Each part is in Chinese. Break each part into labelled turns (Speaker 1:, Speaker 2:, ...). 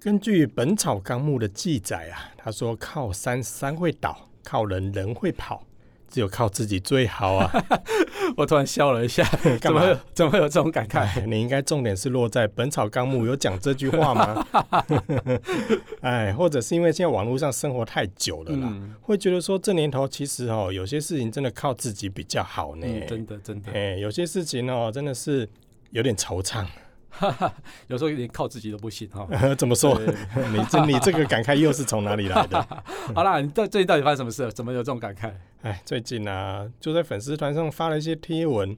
Speaker 1: 根据《本草纲目》的记载啊，他说靠山山会倒，靠人人会跑，只有靠自己最好啊。
Speaker 2: 我突然笑了 一下，
Speaker 1: 干
Speaker 2: 怎
Speaker 1: 嘛
Speaker 2: 么有怎么会有这种感慨？
Speaker 1: 哎，你应该重点是落在《本草纲目》有讲这句话 吗？哎，或者是因为现在网络上生活太久了啦，
Speaker 2: 嗯
Speaker 1: 会觉得说这年头其实哦，有些事情真的靠自己比较好呢。
Speaker 2: 嗯，真的真的，
Speaker 1: 哎，有些事情哦，真的是有点惆怅。
Speaker 2: 有时候连靠自己都不行哦 哈。
Speaker 1: 怎么说？
Speaker 2: 对
Speaker 1: 你这你这个感慨又是从哪里来的？
Speaker 2: 好啦，你到最近到底发生什么事了？怎么有这种感慨？
Speaker 1: 哎，最近啊，就在粉丝团上发了一些贴文，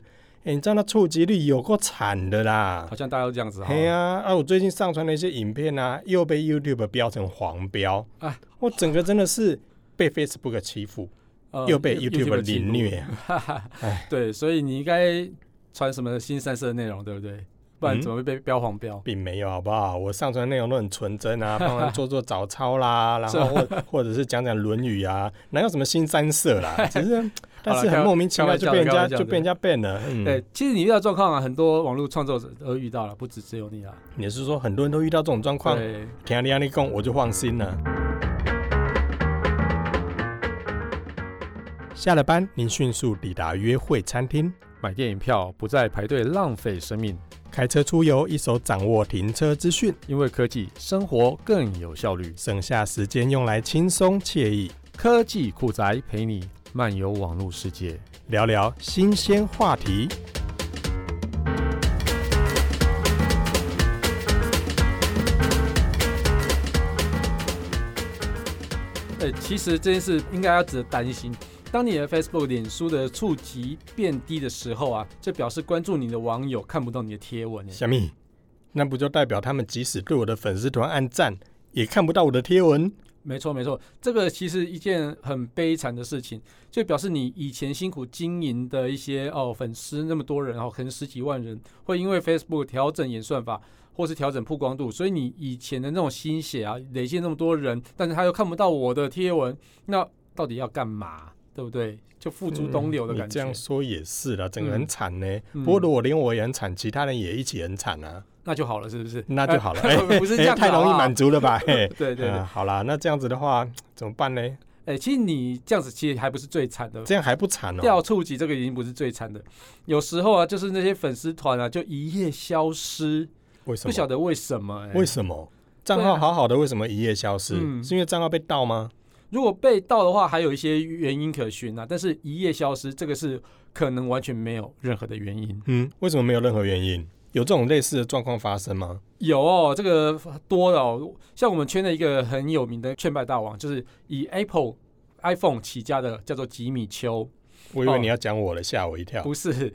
Speaker 1: 哎，你知道那触及率有够惨的啦
Speaker 2: 好。像大家都这样子哈。哦
Speaker 1: 嘿呀、啊，我最近上传了一些影片啊，又被 YouTube 标成黄标，
Speaker 2: 哎
Speaker 1: 我整个真的是被 Facebook 欺负，
Speaker 2: 呃
Speaker 1: 啊又被
Speaker 2: You-
Speaker 1: YouTube
Speaker 2: 记录
Speaker 1: 凌虐啊。
Speaker 2: 对，所以你应该传什么新三色的内容，对不对？不
Speaker 3: 嗯
Speaker 2: 然怎么会被标黄标？
Speaker 1: 并没有，好不好？我上传的内容都很纯真 啊，帮忙做做早操啦，然后或或者是讲讲《论语》啊，哪有什么新三色 啦？只是，但是很莫名其妙就被人家就被人家 ban 了。嗯，
Speaker 2: 对，其实你遇到状况啊，很多网络创作者都遇到了，不止只有你啊。
Speaker 1: 也是说很多人都遇到这种状况，
Speaker 2: 对，
Speaker 1: 听你安利讲我就放心了。下了班，您迅速抵达约会餐厅，
Speaker 3: 买电影票不再排队浪费生命，
Speaker 1: 开车出游，一手掌握停车资讯，
Speaker 3: 因为科技生活更有效率。
Speaker 1: 省下时间用来轻松惬意，
Speaker 3: 科技酷宅陪你漫游网络世界。
Speaker 1: 聊聊新鲜话题。
Speaker 2: 哎，其实这件事应该要值得担心。当你的 Facebook、脸书的触及变低的时候啊，这表示关注你的网友看不到你的贴文耶。欸
Speaker 1: 小米，那不就代表他们即使对我的粉丝团按赞，也看不到我的贴文？
Speaker 2: 没错没错，这个其实一件很悲惨的事情，就表示你以前辛苦经营的一些哦粉丝那么多人哦，可能十几万人，会因为 Facebook 调整演算法或是调整曝光度，所以你以前的那种心血啊，累积那么多人，但是他又看不到我的贴文，那到底要干嘛？对不对？就付诸东流的
Speaker 1: 嗯
Speaker 2: 感
Speaker 1: 你
Speaker 2: 觉。
Speaker 1: 这样说也是啦，整个很惨呢、
Speaker 2: 嗯
Speaker 1: 不过如果连我也很惨，其他人也一起很惨啊，
Speaker 2: 那就好了，是不是？
Speaker 1: 那 就好了。
Speaker 2: 哎
Speaker 1: 哎
Speaker 2: 不是这样
Speaker 1: 哎太容易满
Speaker 2: 足。
Speaker 1: 足了吧？嘿，
Speaker 2: 对对对，
Speaker 1: 嗯
Speaker 2: 哎、
Speaker 1: 好啦，那这样子的话怎么办呢？
Speaker 2: 其实你这样子其实还不是最惨的，
Speaker 1: 这样还不惨哦、
Speaker 2: 掉触及这个已经不是最惨的，有时候啊，就是那些粉丝团啊，就一夜消失，
Speaker 1: 为什
Speaker 2: 不
Speaker 1: 么？
Speaker 2: 晓得为什么、欸。
Speaker 1: 为什么？账号好好的，为什么一夜消失？
Speaker 2: 啊嗯
Speaker 1: 是因为账号被盗吗？
Speaker 2: 如果被盗的话，还有一些原因可循啊，但是一夜消失，这个是可能完全没有任何的原因。
Speaker 1: 嗯，为什么没有任何原因？有这种类似的状况发生吗？
Speaker 2: 有哦，这个多了哦、像我们圈的一个很有名的劝败大王，就是以 Apple iPhone 起家的，叫做吉米丘。
Speaker 1: 我以为
Speaker 2: 哦
Speaker 1: 你要讲我了，吓我一跳。
Speaker 2: 不是，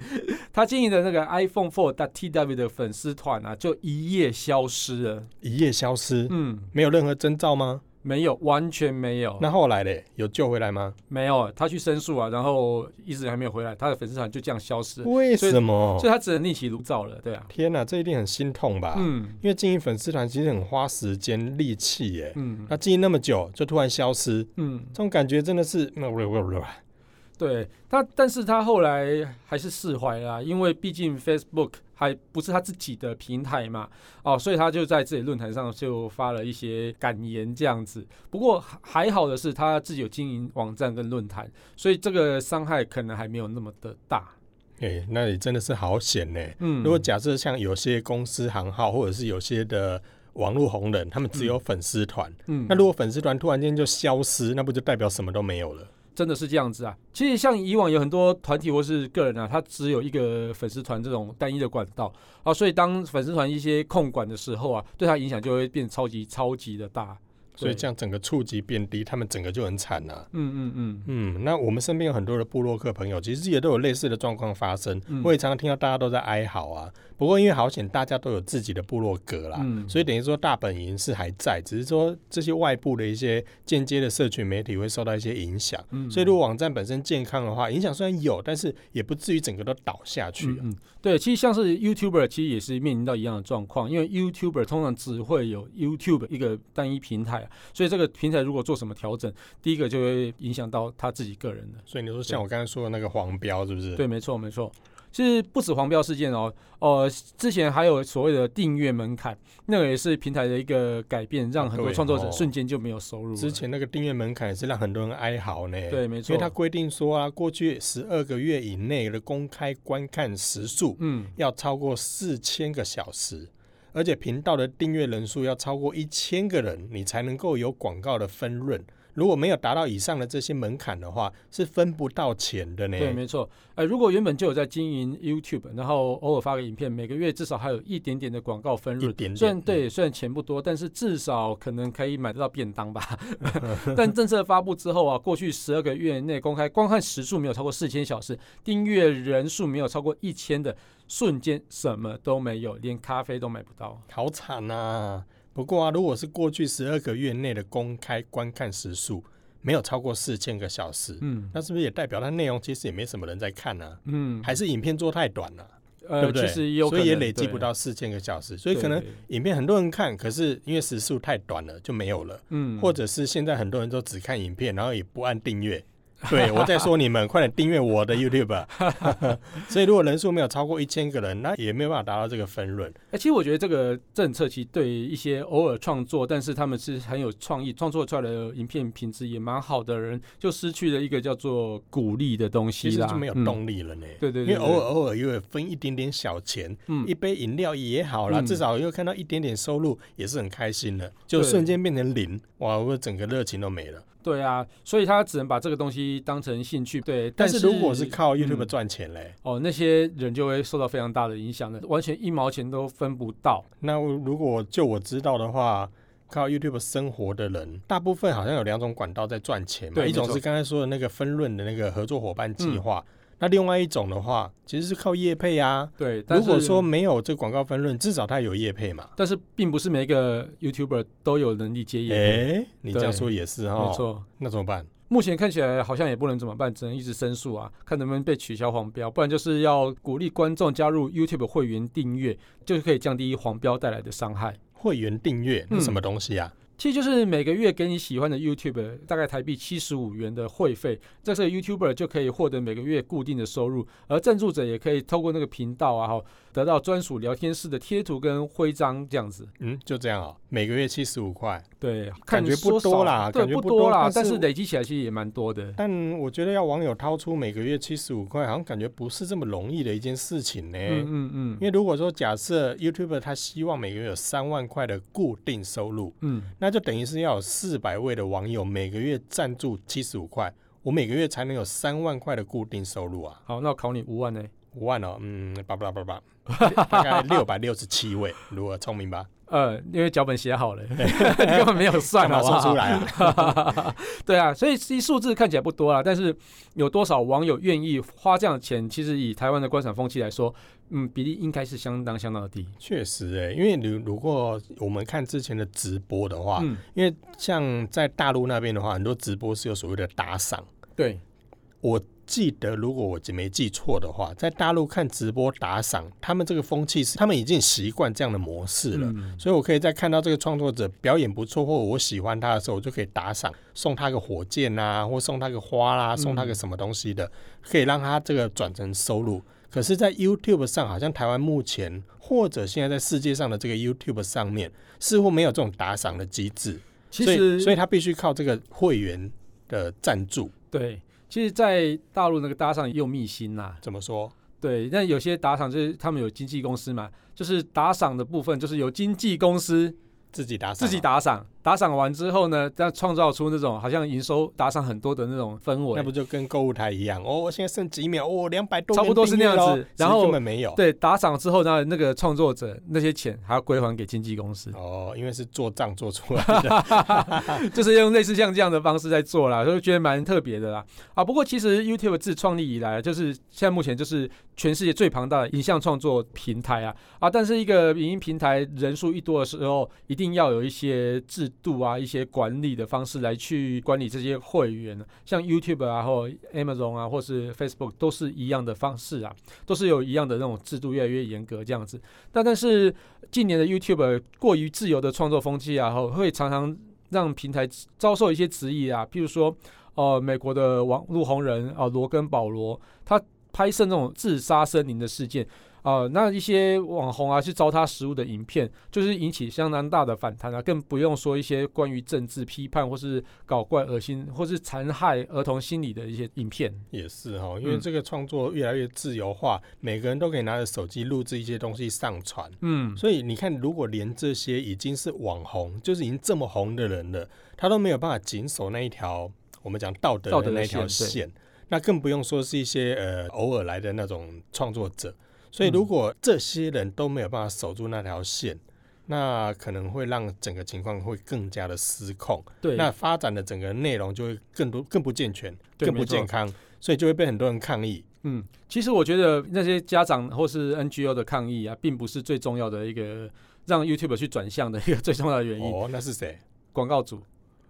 Speaker 2: 他经营的那个 iPhone 4 TW 的粉丝团啊，就一夜消失了。
Speaker 1: 一夜消失，
Speaker 2: 嗯，
Speaker 1: 没有任何征兆吗？
Speaker 2: 没有，完全没有，
Speaker 1: 那后来嘞，有救回来吗？
Speaker 2: 没有。他去申诉啊，然后一直还没有回来，他的粉丝团就这样消失了，
Speaker 1: 为什么
Speaker 2: 所？以他只能另起炉灶了。对啊，
Speaker 1: 天哪、这一定很心痛吧？
Speaker 2: 嗯
Speaker 1: 因为经营粉丝团其实很花时间力气耶。
Speaker 2: 嗯
Speaker 1: 那经营那么久，就突然消失，
Speaker 2: 嗯，
Speaker 1: 这种感觉真的是……
Speaker 2: 对他，但是他后来还是释怀啦、因为毕竟 Facebook 还不是他自己的平台嘛，哦，所以他就在自己论坛上就发了一些感言这样子。不过还还好的是，他自己有经营网站跟论坛，所以这个伤害可能还没有那么的大。
Speaker 1: 哎、那你真的是好险呢。
Speaker 2: 嗯，
Speaker 1: 如果假设像有些公司行号，或者是有些的网络红人，他们只有粉丝团，
Speaker 2: 嗯
Speaker 1: 那如果粉丝团突然间就消失，那不就代表什么都没有了？
Speaker 2: 真的是这样子啊。其实像以往有很多团体或是个人啊，他只有一个粉丝团这种单一的管道啊，所以当粉丝团一些控管的时候啊，对他影响就会变超级超级的大。
Speaker 1: 所以
Speaker 2: 对
Speaker 1: 这样整个触及变低，他们整个就很惨呐、
Speaker 2: 嗯嗯
Speaker 1: 嗯，那我们身边有很多的部落客朋友，其实也都有类似的状况发生。
Speaker 2: 嗯
Speaker 1: 我也常常听到大家都在哀嚎啊。不过因为好险，大家都有自己的部落格啦，
Speaker 2: 嗯
Speaker 1: 所以等于说大本营是还在，只是说这些外部的一些间接的社群媒体会受到一些影响。
Speaker 2: 嗯
Speaker 1: 所以如果网站本身健康的话，影响虽然有，但是也不至于整个都倒下去、啊。
Speaker 2: 嗯嗯，对，其实像是 YouTuber，其实也是面临到一样的状况，因为 YouTuber 通常只会有 YouTube 一个单一平台啊，所以这个平台如果做什么调整，第一个就会影响到他自己个人的。
Speaker 1: 所以你说像我刚才说的那个黄标，是不是？
Speaker 2: 对，没错，没错。其实不止黄标事件哦，呃，之前还有所谓的订阅门槛，那个也是平台的一个改变，让很多
Speaker 1: 对
Speaker 2: 创作者
Speaker 1: 哦
Speaker 2: 瞬间就没有收入了。
Speaker 1: 之前那个订阅门槛也是让很多人哀嚎呢。
Speaker 2: 对，没错，
Speaker 1: 因为它规定说啊，过去十二个月以内的公开观看时数
Speaker 2: 嗯，
Speaker 1: 要超过四千个小时，而且频道的订阅人数要超过一千个人，你才能够有广告的分润。如果没有达到以上的这些门槛的话，是分不到钱的呢。
Speaker 2: 对，没错。呃，如果原本就有在经营 YouTube，然后偶尔发个影片，每个月至少还有一点点的广告分
Speaker 1: 一
Speaker 2: 润。
Speaker 1: 点
Speaker 2: 虽然
Speaker 1: 点。
Speaker 2: 对，虽然钱不多，但是至少可能可以买得到便 当吧。但政策发布之后啊，过去十二个月内公开观看时数没有超过四千小时，订阅人数没有超过一千的，瞬间什么都没有，连咖啡都买不到。
Speaker 1: 好惨啊！不过啊，如果是过去十二个月内的公开观看时数没有超过四千个小时，
Speaker 2: 嗯
Speaker 1: 那是不是也代表它内容其实也没什么人在看呢、
Speaker 2: 嗯，
Speaker 1: 还是影片做太短了、
Speaker 2: 呃，
Speaker 1: 对不对？
Speaker 2: 其实也有
Speaker 1: 所
Speaker 2: 可能，
Speaker 1: 以也累积
Speaker 2: 对
Speaker 1: 不，到四千个小时，所以
Speaker 2: 对
Speaker 1: 可能
Speaker 2: 对
Speaker 1: 影片很多人看，可是因为时速太短了就没有了，
Speaker 2: 嗯，
Speaker 1: 或者是现在很多人都只看影片，然后也不按订阅。对，我在说你们，快点订阅我 的 YouTube 吧。 所以如果人数没有超过一千个人，那也没有办法达到这个分润。
Speaker 2: 哎、其实我觉得这个政策其实对一些偶尔创作，但是他们是很有创意，创作出来的影片品质也蛮好的人，就失去了一个叫做鼓励的东西
Speaker 1: 其实
Speaker 2: 啦，
Speaker 1: 就没有
Speaker 2: 嗯、
Speaker 1: 动力了呢。
Speaker 2: 对对对
Speaker 1: 因为偶尔偶尔又有分一点点小钱，
Speaker 2: 嗯
Speaker 1: 一杯饮料也好啦，
Speaker 2: 嗯
Speaker 1: 至少又看到一点点收入，也是很开心的。就
Speaker 2: 对
Speaker 1: 瞬间变成零，哇，我整个热情都没了。
Speaker 2: 对啊，所以他只能把这个东西当成兴趣。对，
Speaker 1: 但
Speaker 2: 是
Speaker 1: 是如果是靠 YouTube
Speaker 2: 嗯
Speaker 1: 赚钱嘞，
Speaker 2: 哦，那些人就会受到非常大的影响的，完全一毛钱都分不到。
Speaker 1: 那如果就我知道的话。靠 YouTube 生活的人，大部分好像有两种管道在赚钱嘛，
Speaker 2: 对
Speaker 1: 一种
Speaker 2: 没错嗯
Speaker 1: 是刚才说的那个分润的那个合作伙伴计划，那另外一种的话，其实是靠业配啊。
Speaker 2: 对，但
Speaker 1: 如
Speaker 2: 是
Speaker 1: 果说，没有这广告分润，至少它有业配嘛。
Speaker 2: 但是并不是每一个 YouTuber 都有能力接业
Speaker 1: 哎、哦
Speaker 2: 配、
Speaker 1: 你这样说也是哈，
Speaker 2: 没错。
Speaker 1: 那怎么办？
Speaker 2: 目前看起来好像也不能怎么办，只能一直申诉啊，看能不能被取消黄标，不然就是要鼓励观众加入 YouTube 会员订阅，就是可以降低黄标带来的伤害。
Speaker 1: 会员订阅
Speaker 2: 嗯
Speaker 1: 那什么东西啊？
Speaker 2: 其实就是每个月给你喜欢的 YouTube 大概台币七十五元的会费，这时候 YouTuber 就可以获得每个月固定的收入，而赞助者也可以透过那个频道啊，吼得到专属聊天室的贴图跟徽章这样子。
Speaker 1: 嗯，就这样啊、每个月七十五块，
Speaker 2: 对，
Speaker 1: 感觉
Speaker 2: 看说
Speaker 1: 不多啦
Speaker 2: 少对，
Speaker 1: 感觉
Speaker 2: 不
Speaker 1: 不
Speaker 2: 多
Speaker 1: 多
Speaker 2: 啦，但
Speaker 1: 但是
Speaker 2: 是累积起来其实也蛮多的。
Speaker 1: 但我觉得要网友掏出每个月七十五块，好像感觉不是这么容易的一件事情呢。
Speaker 2: 嗯嗯嗯，
Speaker 1: 因为如果说假设 YouTube 他希望每个月有三万块的固定收入，
Speaker 2: 嗯。
Speaker 1: 那就等于是要有四百位的网友每个月赞助七十五块，我每个月才能有三万块的固定收入啊。
Speaker 2: 好，那我考你五万呢、
Speaker 1: 五万哦，嗯，叭叭叭叭，大概六百六十七位，如何聪明吧？
Speaker 2: 呃，因为脚本写好 了，根本没有算，
Speaker 1: 干嘛
Speaker 2: 好
Speaker 1: 说
Speaker 2: 不好？
Speaker 1: 出来啊？
Speaker 2: 对啊，所以其实数字看起来不多啦，啊但是有多少网友愿意花这样的钱？其实以台湾的观赏风气来说，嗯，比例应该是相当相当的低。
Speaker 1: 确实、欸，因为如如果我们看之前的直播的话，
Speaker 2: 嗯，
Speaker 1: 因为像在大陆那边的话，很多直播是有所谓的打赏。
Speaker 2: 对，
Speaker 1: 我记得，如果我没记错的话，在大陆看直播打赏，他们这个风气是他们已经习惯这样的模式了。
Speaker 2: 嗯
Speaker 1: 所以，我可以在看到这个创作者表演不错或我喜欢他的时候，我就可以打赏，送他个火箭啊，或送他个花啦、
Speaker 2: 嗯
Speaker 1: 送他个什么东西的，可以让他这个转成收入。可是，在 YouTube 上，好像台湾目前或者现在在世界上的这个 YouTube 上面，似乎没有这种打赏的机制，
Speaker 2: 其
Speaker 1: 所以
Speaker 2: 实
Speaker 1: 所以他必须靠这个会员的赞助。
Speaker 2: 对，其实，在大陆那个搭上也有密辛啦，
Speaker 1: 怎么说？
Speaker 2: 对，那有些打赏就是他们有经纪公司嘛，就是打赏的部分就是由经纪公司
Speaker 1: 自己打赏啊、
Speaker 2: 自己打赏，打赏完之后呢，再创造出那种好像营收打赏很多的那种氛围
Speaker 1: 那。不就跟购物台一样？哦，我现在剩几秒，哦，两百多，
Speaker 2: 差不多是那样子然后
Speaker 1: 根本没有。
Speaker 2: 对，打赏之后呢，那个创作者那些钱还要归还给经纪公司，
Speaker 1: 哦，因为是做账做出来 的，
Speaker 2: 就是用类似像这样的方式在做啦，所以觉得蛮特别的啦。啊，不过其实 YouTube 自创立以来，就是现在目前就是全世界最庞大的影像创作平台啊啊，但是一个影音平台人数一多的时候，一定要有一些制度啊、一些管理的方式来去管理这些会员，像 YouTube 啊、或 Amazon 啊，或是 Facebook 都是一样的方式啊，都是有一样的那种制度，越来越严格这样子。但但是近年的 YouTube 过于自由的创作风气啊，后会常常让平台遭受一呃些质疑啊，譬如说，呃，美国的网路红人啊，罗、根保罗，他拍摄那种自杀森林的事件啊、呃那一些网红啊去糟蹋食物的影片，就是引起相当大的反弹啊，更不用说一些关于政治批判或是搞怪、恶心或是残害儿童心理的一些影片。
Speaker 1: 也是哈、因为
Speaker 2: 嗯
Speaker 1: 这个创作越来越自由化，每个人都可以拿着手机录制一些东西上传。
Speaker 2: 嗯，
Speaker 1: 所以你看，如果连这些已经是网红，就是已经这么红的人了，他都没有办法谨守那一条我们讲道德
Speaker 2: 道
Speaker 1: 的
Speaker 2: 德的
Speaker 1: 那一条
Speaker 2: 线对
Speaker 1: 线，那更不用说是一些呃偶尔来的那种创作者。所以如果这些人都没有办法守住那条线，那可能会让整个情况会更加的失控，
Speaker 2: 对，
Speaker 1: 那发展的整个内容就会更多、更不健全、
Speaker 2: 对
Speaker 1: 更不
Speaker 2: 没错
Speaker 1: 健康，所以就会被很多人抗议。
Speaker 2: 嗯，其实我觉得那些家长或是 NGO 的抗议啊，并不是最重要的一个让 YouTube 去转向的一个最重要的原因。
Speaker 1: 哦，那是谁？
Speaker 2: 广告主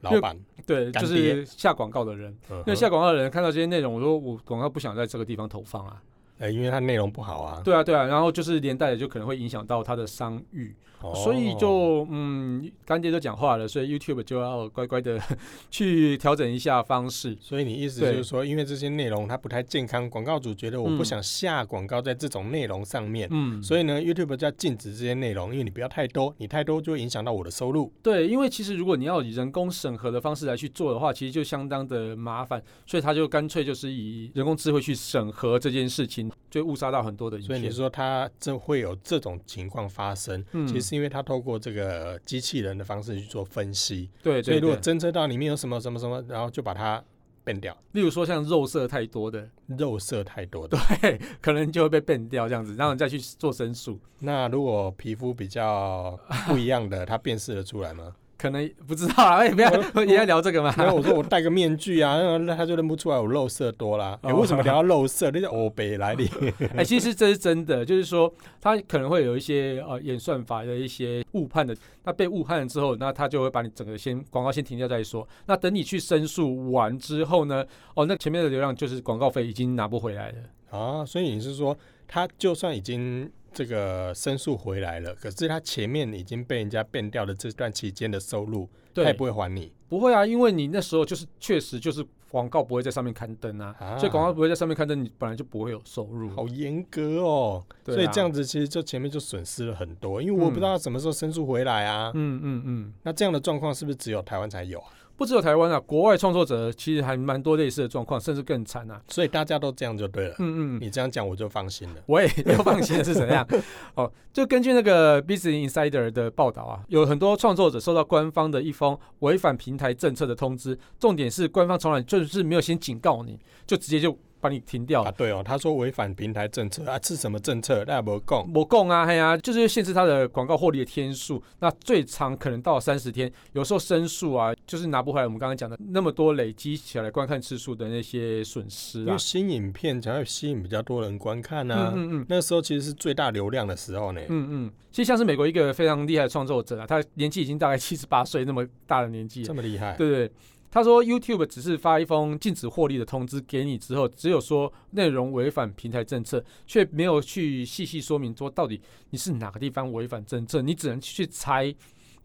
Speaker 1: 老板。嗯
Speaker 2: 对，就
Speaker 1: 干
Speaker 2: 是下广告的人，
Speaker 1: 嗯
Speaker 2: 因为
Speaker 1: 哼
Speaker 2: 下广告的人看到这些内容，我说我广告不想在这个地方投放啊。
Speaker 1: 呃，因为他内容不好啊，
Speaker 2: 对啊，对啊，然后就是连带的就可能会影响到他的商誉，
Speaker 1: 哦
Speaker 2: 所以就嗯，干爹都讲话了，所以 YouTube 就要乖乖的 去调整一下方式。
Speaker 1: 所以你意思就
Speaker 2: 对
Speaker 1: 是说，因为这些内容它不太健康，广告主觉得我不
Speaker 2: 嗯
Speaker 1: 想下广告在这种内容上面，
Speaker 2: 嗯，
Speaker 1: 所以呢，YouTube 就要禁止这些内容，因为你不要太多，你太多就会影响到我的收入。
Speaker 2: 对，因为其实如果你要以人工审核的方式来去做的话，其实就相当的麻烦，所以他就干脆就是以人工智慧去审核这件事情，就误杀到很多的影
Speaker 1: 所以
Speaker 2: 片。
Speaker 1: 你说它这会有这种情况发生，
Speaker 2: 嗯
Speaker 1: 其实是因为它透过这个机器人的方式去做分析，
Speaker 2: 对
Speaker 1: 所以
Speaker 2: 对
Speaker 1: 如果
Speaker 2: 对，
Speaker 1: 侦测到里面有什么什么什么，然后就把它变掉。
Speaker 2: 例如说像肉色太多的，
Speaker 1: 肉色太多的，
Speaker 2: 嘿，可能就会被变掉这样子，然后你再去做申诉，
Speaker 1: 那如果皮肤比较不一样的，它辨识得出来吗？
Speaker 2: 可能不知道啊， 哎，不
Speaker 1: 嗯
Speaker 2: 要也要聊这个 嘛。
Speaker 1: 然后我说我戴个面具啊，那那他就认不出来我肉色多啦。哎、
Speaker 2: 哦
Speaker 1: 为什么聊到肉色？那叫欧北来的。
Speaker 2: 哎、其实这是真的，就是说他可能会有一些呃演算法的一些误判的，那被误判了之后，那他就会把你整个先广告先停掉再说。那等你去申诉完之后呢，哦，那前面的流量就是广告费已经拿不回来了。
Speaker 1: 啊，所以你是说，他就算已经这个申诉回来了，可是他前面已经被人家变掉的这段期间的收入，他也
Speaker 2: 对，
Speaker 1: 不会还你。
Speaker 2: 不会啊，因为你那时候就是确实就是广告不会在上面刊登啊，
Speaker 1: 啊
Speaker 2: 所以广告不会在上面刊登，你本来就不会有收入。
Speaker 1: 好严格哦，
Speaker 2: 对啊
Speaker 1: 所以这样子其实就前面就损失了很多，因为我不知道他什么时候申诉回来啊。
Speaker 2: 嗯嗯嗯，
Speaker 1: 那这样的状况是不是只有台湾才有啊？
Speaker 2: 不只有台湾啊，国外创作者其实还蛮多类似的状况，甚至更惨啊。
Speaker 1: 所以大家都这样就对了。
Speaker 2: 嗯嗯，
Speaker 1: 你这样讲我就放心了。
Speaker 2: 我也又放心了是怎 样？哦，就根据那个 Business Insider 的报道啊，有很多创作者收到官方的一封违反平台政策的通知，重点是官方从来就是没有先警告你，就直接就把你停掉
Speaker 1: 啊，
Speaker 2: 了。
Speaker 1: 对哦，他说违反平台政策啊，是什么政策？那不讲。
Speaker 2: 我供啊，嘿啊，就是限制他的广告获利的天数，那最长可能到三十天，有时候申诉啊，就是拿不回来我们刚刚讲的那么多累积起来观看次数的那些损失
Speaker 1: 因
Speaker 2: 啊
Speaker 1: 为。新影片才会吸引比较多人观看啊。
Speaker 2: 嗯嗯嗯，
Speaker 1: 那时候其实是最大流量的时候呢。
Speaker 2: 嗯嗯，其实像是美国一个非常厉害的创作者啊，他年纪已经大概七十八岁那么大的年纪了，
Speaker 1: 这么厉害，
Speaker 2: 对对。他说，YouTube 只是发一封禁止获利的通知给你之后，只有说内容违反平台政策，却没有去细细说明说到底你是哪个地方违反政策，你只能去猜，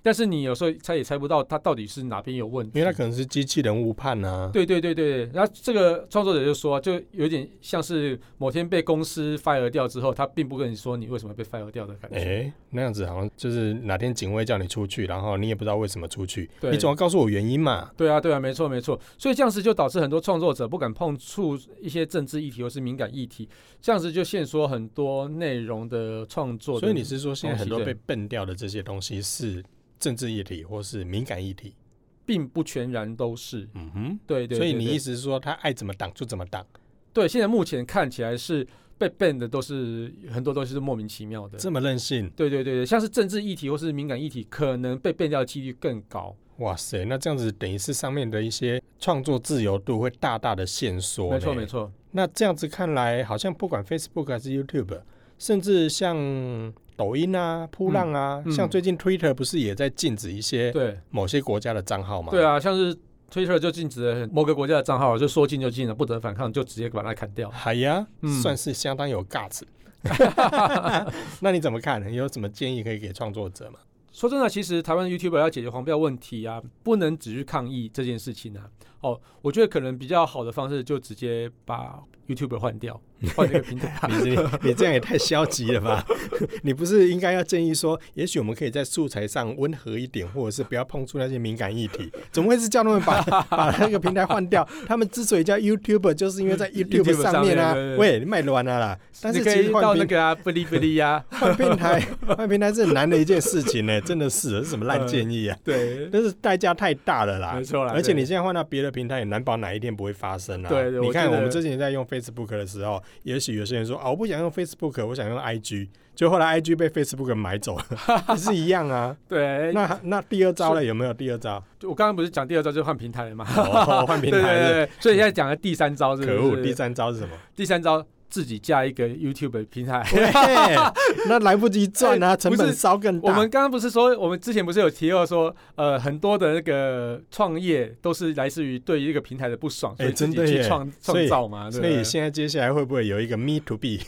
Speaker 2: 但是你有时候猜也猜不到他到底是哪边有问题
Speaker 1: 因为。它可能是机器人误判啊。
Speaker 2: 对对对对，然后这个创作者就说啊，就有点像是某天被公司 fire 掉之后，他并不跟你说你为什么被 fire 掉的感觉。
Speaker 1: 哎、那样子好像就是哪天警卫叫你出去，然后你也不知道为什么出去，
Speaker 2: 对
Speaker 1: 你总要告诉我原因嘛。
Speaker 2: 对啊，对啊，没错没错。所以这样子就导致很多创作者不敢碰触一些政治议题或是敏感议题，这样子就限缩很多内容的创作的。
Speaker 1: 所以你是说，现在很多
Speaker 2: 东
Speaker 1: 被
Speaker 2: 西对
Speaker 1: 笨掉的这些东西是政治议题或是敏感议题？
Speaker 2: 并不全然都是。
Speaker 1: 嗯哼。
Speaker 2: 对对对
Speaker 1: 所以你
Speaker 2: 对
Speaker 1: 意思是说，他爱怎么挡就怎么挡，
Speaker 2: 对现在目前看起来是被 ban 的都是很多都是莫名其妙的。
Speaker 1: 这么任性？
Speaker 2: 对对对对，像是政治议题或是敏感议题，可能被 ban 掉的几率更高。
Speaker 1: 哇塞，那这样子等于是上面的一些创作自由度会大大的限缩。
Speaker 2: 没错没。错，
Speaker 1: 那这样子看来，好像不管 Facebook 还是 YouTube，甚至像抖音啊、扑浪啊，
Speaker 2: 嗯嗯
Speaker 1: 像最近 Twitter 不是也在禁止一些
Speaker 2: 对
Speaker 1: 某些国家的账号吗？
Speaker 2: 对，啊，像是 Twitter 就禁止了某个国家的账号，就说禁就禁了，不得反抗，就直接把它砍掉。
Speaker 1: 海呀、
Speaker 2: 嗯
Speaker 1: 算是相当有 guts。那你怎么看？有什么建议可以给创作者吗？
Speaker 2: 说真的，其实台湾 YouTuber 要解决黄标问题啊，不能只去抗议 这件事情啊。哦，我觉得可能比较好的方式就直接把 YouTuber 换掉，换这个平台啊。
Speaker 1: 你你你这样也太消极了吧？ 你不是应该要建议说，也许我们可以在素材上温和一点，或者是不要碰触那些敏感议题？怎么会是叫他们把把那个平台换掉？他们之所以叫 YouTube，就是因为在
Speaker 2: 嗯 YouTube
Speaker 1: YouTube 上面啊
Speaker 2: 上面对对，对
Speaker 1: 喂，你卖卵了啦！ 但是
Speaker 2: 你
Speaker 1: 其
Speaker 2: 可以
Speaker 1: 实换
Speaker 2: 到那
Speaker 1: 平
Speaker 2: 个啊，不离不离 呀，
Speaker 1: 换平台换平台是很难的一件事情呢、真的是这是什么烂建议啊？
Speaker 2: 对，
Speaker 1: 但是代价太大了啦
Speaker 2: 呃没。错啦。
Speaker 1: 而且
Speaker 2: 对
Speaker 1: 你现在换到别的平台，也难保哪一天不会发生啊。
Speaker 2: 对对
Speaker 1: 你
Speaker 2: 我
Speaker 1: 看
Speaker 2: 觉得
Speaker 1: 我们之前在用 Facebook 的时候，也许有些人说啊，我不想用 Facebook，我想用 IG，就后来 IG 被 Facebook 买 走了，是一样啊。
Speaker 2: 对，
Speaker 1: 那那第二招了，有没有第二招？
Speaker 2: 我刚刚不是讲第二招就是换平台了吗？
Speaker 1: 哦，换平
Speaker 2: 对对
Speaker 1: 台
Speaker 2: 对
Speaker 1: 了，
Speaker 2: 对，所以现在讲的第三招是不
Speaker 1: 可
Speaker 2: 是
Speaker 1: 恶！第三招是 什么？
Speaker 2: 第三招自己架一个 YouTube 的平台。
Speaker 1: 喂 那来不及赚啊，成本烧更
Speaker 2: 哎我
Speaker 1: 大。
Speaker 2: 们刚刚不是说，我们之前不是有提到说，呃，很多的那个创业都是来自于对于一个平台的不爽，所
Speaker 1: 哎
Speaker 2: 以自己
Speaker 1: 真的
Speaker 2: 去
Speaker 1: 耶
Speaker 2: 创
Speaker 1: 所
Speaker 2: 创
Speaker 1: 以
Speaker 2: 造嘛，对不
Speaker 1: 所
Speaker 2: 对
Speaker 1: 以现在接下来会不会有一个 Me to B？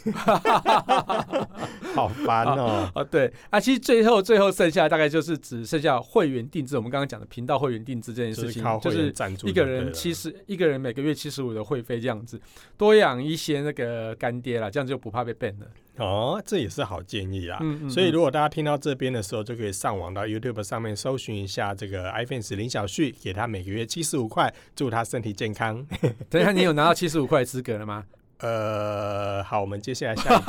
Speaker 1: 好烦哦！
Speaker 2: 啊，对啊，其实最后最后剩下大概就是只剩下会员定制，我们刚刚讲的频道会员定制这件
Speaker 1: 就
Speaker 2: 事
Speaker 1: 是
Speaker 2: 情
Speaker 1: 靠，
Speaker 2: 就
Speaker 1: 会员
Speaker 2: 是
Speaker 1: 赞助
Speaker 2: 一
Speaker 1: 就
Speaker 2: 个
Speaker 1: 对
Speaker 2: 人
Speaker 1: 了
Speaker 2: 七十，一个人每个月七十五的会费这样子，多养一些那个干爹啦，这样就不怕被 ban 了。
Speaker 1: 哦，这也是好建议啦。啊
Speaker 2: 嗯
Speaker 1: 所以，如果大家听到这边的时候，就可以上网到 YouTube 上面搜寻一下这个 iPhone 十林小旭，给他每个月七十五块，祝他身体健康。
Speaker 2: 等一下你有拿到七十五块的资格了吗？
Speaker 1: 呃，好，我们接下来下一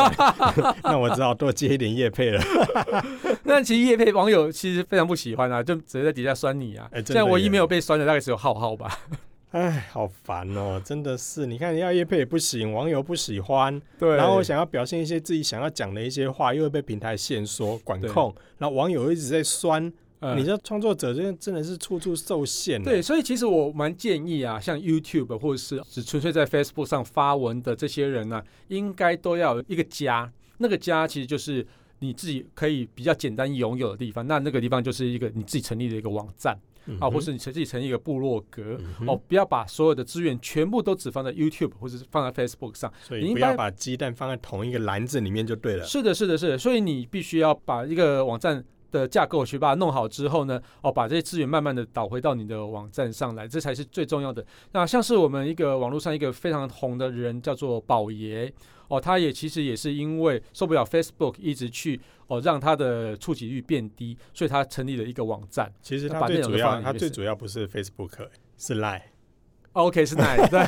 Speaker 1: 段， 那我只好多接一点叶配了。
Speaker 2: 那其实叶配网友其实非常不喜欢啊，就直接在底下酸你啊。
Speaker 1: 哎真的
Speaker 2: 现在唯一
Speaker 1: 耶
Speaker 2: 没有被酸的大概只有浩浩吧。
Speaker 1: 哎，好烦哦，真的是，你看要叶配也不行，网友不喜欢，
Speaker 2: 对
Speaker 1: 然后我想要表现一些自己想要讲的一些话，又会被平台限缩管
Speaker 2: 对
Speaker 1: 控，然后网友又一直在酸，
Speaker 2: 呃
Speaker 1: 你这创作者真的真的是处处受限。欸
Speaker 2: 对，，所以其实我蛮建议啊，像 YouTube 或者是只纯粹在 Facebook 上发文的这些人呢、应该都要有一个家，那个家其实就是你自己可以比较简单拥有的地方。那那个地方就是一个你自己成立的一个网站
Speaker 1: 嗯
Speaker 2: 啊，
Speaker 1: 哼
Speaker 2: 或是你自己成立一个部落格。
Speaker 1: 嗯哼
Speaker 2: 哦，不要把所有的资源全部都只放在 YouTube 或者是放在 Facebook 上。
Speaker 1: 所
Speaker 2: 你
Speaker 1: 以
Speaker 2: 应
Speaker 1: 不
Speaker 2: 该
Speaker 1: 要把鸡蛋放在同一个篮子里面就对了。啊
Speaker 2: 是的，是的，是的。所以你必须要把一个网站的架构去把它弄好之后呢，哦，把这些资源慢慢的导回到你的网站上来，这才是最重要的。那像是我们一个网络上一个非常红的人叫做宝爷。哦，他也其实也是因为受不了 Facebook 一直去哦让他的触及率变低，所以他成立了一个网站。
Speaker 1: 其实
Speaker 2: 把
Speaker 1: 它最
Speaker 2: 内容
Speaker 1: 主
Speaker 2: 都放
Speaker 1: 要，
Speaker 2: 在
Speaker 1: 它
Speaker 2: 里面
Speaker 1: 最
Speaker 2: 是
Speaker 1: 主要不是 Facebook，是 Line，
Speaker 2: 哦 OK 是哪里？ 对，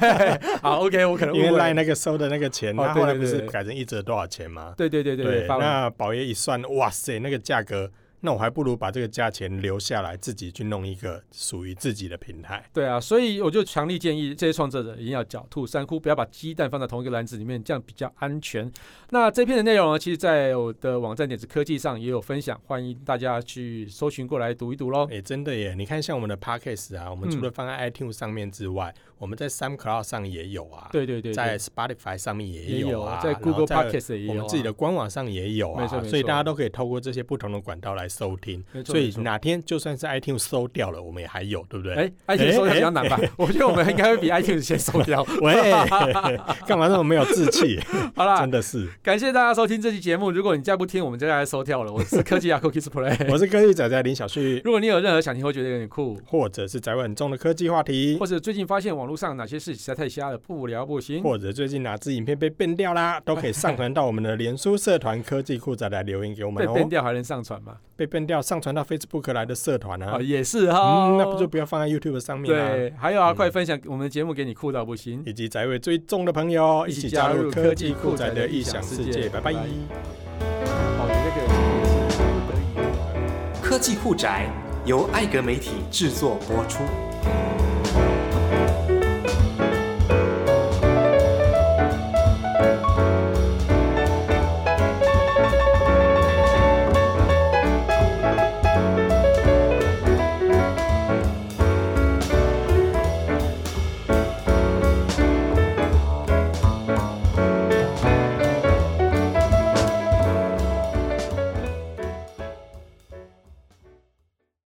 Speaker 2: 好 OK 我可能误
Speaker 1: 因为
Speaker 2: 会
Speaker 1: Line 那个收的那个钱，
Speaker 2: 哦
Speaker 1: 它
Speaker 2: 对
Speaker 1: 后来
Speaker 2: 对
Speaker 1: 不是
Speaker 2: 对
Speaker 1: 改成一折多少钱吗？
Speaker 2: 对对对对对，发文
Speaker 1: 那宝爷一算，哇塞，那个价格，那我还不如把这个价钱留下来，自己去弄一个属于自己的平台。
Speaker 2: 对啊，所以我就强力建议这些创作者一定要狡兔三窟，不要把鸡蛋放在同一个篮子里面，这样比较安全。那这篇的内容呢，其实在我的网站点子科技上也有分享，欢迎大家去搜寻过来读一读喽。
Speaker 1: 哎、真的耶！你看，像我们的 Podcast 啊，我们除
Speaker 2: 嗯
Speaker 1: 了放在 iTunes 上面之外，我们在 SoundCloud 上也有啊，
Speaker 2: 对对对，
Speaker 1: 在 Spotify 上面
Speaker 2: 对也
Speaker 1: 也啊，
Speaker 2: 在
Speaker 1: 然后
Speaker 2: Google
Speaker 1: 在
Speaker 2: Podcast 也有、
Speaker 1: 我
Speaker 2: 啊，
Speaker 1: 们自己的官网上也有啊
Speaker 2: 没错，没
Speaker 1: 所以
Speaker 2: 错
Speaker 1: 大家都可以透过这些不同的管道来收听。
Speaker 2: 没错，
Speaker 1: 所以
Speaker 2: 没错
Speaker 1: 哪天就算是 iTunes 收掉了，我们也还有，对不对？
Speaker 2: 哎，iTunes 收掉比较难吧？
Speaker 1: 哎
Speaker 2: 我觉得我们应该会比 iTunes 先收掉。
Speaker 1: 喂，干嘛这么没有志 气？
Speaker 2: 好啦
Speaker 1: 真，的是，
Speaker 2: 感谢大家收听这期节目。如果你再不听，我们就来收掉了。我是科技亚 Cookies Play。
Speaker 1: 我是科技仔仔林小旭，
Speaker 2: 如果你有任何想听，会觉得有点酷，
Speaker 1: 或者是宅稳重的科技话题
Speaker 2: 或，者最近发现网络上哪些事实在太瞎了，不聊不行。
Speaker 1: 或者最近哪支影片被变掉啦，都可以上传到我们的脸书社团科技酷仔来留言给我们
Speaker 2: 被
Speaker 1: 哦。
Speaker 2: 变掉还能上传吗？
Speaker 1: 被变掉，上传到 Facebook 来的社团啊
Speaker 2: 啊，，也是哈、哦
Speaker 1: 嗯，那不就不要放在 YouTube 上面啦、
Speaker 2: 对？还有啊，
Speaker 1: 嗯
Speaker 2: 快分享我们的节目给你酷到不行。
Speaker 1: 以及宅位最重的朋友，一起加入科技酷宅的异想世界。拜拜。
Speaker 2: 哦，你那个是不得已的。
Speaker 4: 科技酷宅由艾格媒体制作播出。